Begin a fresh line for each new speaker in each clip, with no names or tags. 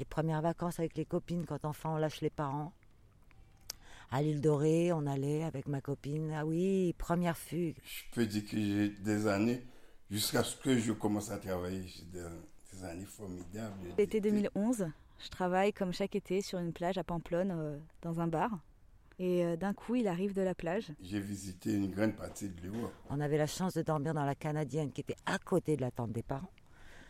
les premières vacances avec les copines, quand enfin on lâche les parents. À l'île Dorée, on allait avec ma copine. Ah oui, première fugue.
Je peux dire que j'ai des années, jusqu'à ce que je commence à travailler, j'ai des, des années formidables.
L'été 2011, je travaille comme chaque été sur une plage à Pamplonne, euh, dans un bar. Et euh, d'un coup, il arrive de la plage.
J'ai visité une grande partie de l'Europe.
On avait la chance de dormir dans la Canadienne qui était à côté de la tente des parents.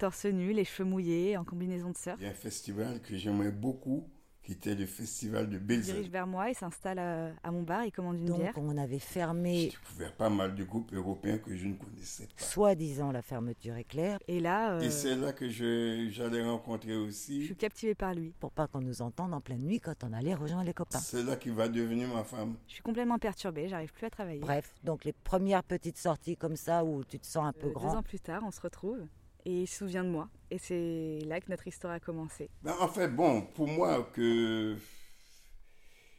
Torse nu, les cheveux mouillés, en combinaison de surf.
Il y a un festival que j'aimerais beaucoup, qui était le festival de
Il
Belzec.
dirige vers moi, il s'installe à, à mon bar, il commande une
Donc
bière.
on avait
J'ai
fermé,
découvert pas mal de groupes européens que je ne connaissais pas.
soi-disant, la fermeture éclair
Et là, euh,
Et c'est là que je- j'allais rencontrer
je
aussi.
suis captivée par lui.
pour pas qu'on nous entende en pleine nuit quand on allait rejoindre les copains.
C'est là qui va devenir ma femme.
Je suis complètement perturbée, j'arrive plus à travailler.
Bref, donc les premières petites sorties comme ça où tu te sens un peu
Euh, Deux
grand.
ans plus tard, on se retrouve et il se souvient de moi. Et c'est là que notre histoire a commencé.
Ben, en fait, bon, pour moi, que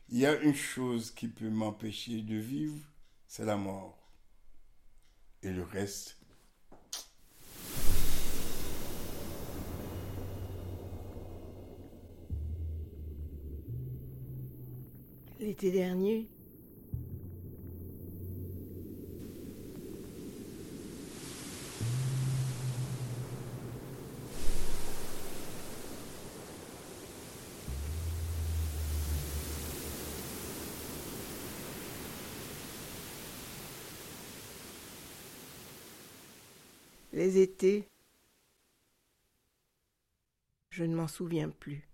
il y a une chose qui peut m'empêcher de vivre, c'est la mort. Et le reste.
L'été dernier, les étés, je ne m'en souviens plus.